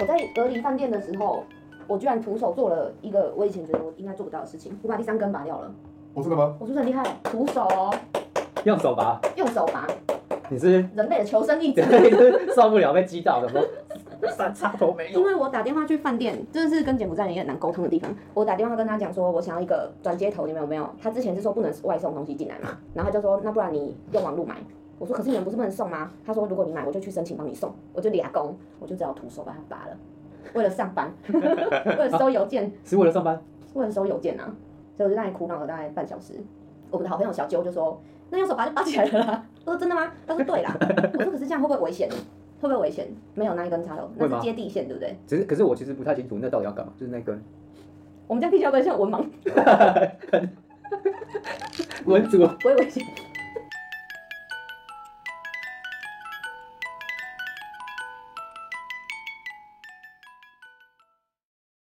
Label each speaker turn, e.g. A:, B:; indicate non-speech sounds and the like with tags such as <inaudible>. A: 我在隔离饭店的时候，我居然徒手做了一个我以前觉得我应该做不到的事情，我把第三根拔掉了。
B: 我哦真的吗？
A: 我是不是很厉害？徒手哦，
C: 用手拔，
A: 用手拔，
C: 你是 <laughs>
A: 人类的求生意志。
C: 受不了被击倒的吗？
D: 三插头没
A: 因。为我打电话去饭店，这是跟柬埔寨人也很难沟通的地方。我打电话跟他讲说，我想要一个转接头，你们有没有？他之前是说不能外送东西进来嘛，然后他就说那不然你用网络买。我说可是你们不是不能送吗？他说如果你买，我就去申请帮你送。我就俩工，我就只好徒手把它拔了。为了上班，为了收邮件，
C: 是为了上班？
A: 为了收邮件啊，所以我就在那里苦恼了大概半小时。我们的好朋友小啾就说：“那用手把它拔起来了啦。”我说：“真的吗？”他说：“对啦。”我说：“可是这样会不会危险？会不会危险？没有那一根插头，那
C: 会吗
A: 是接地线，对不对？”
C: 只是可是我其实不太清楚那到底要干嘛，就是那根
A: 我们家地下哥像文盲，
C: 文竹
A: 不会危险。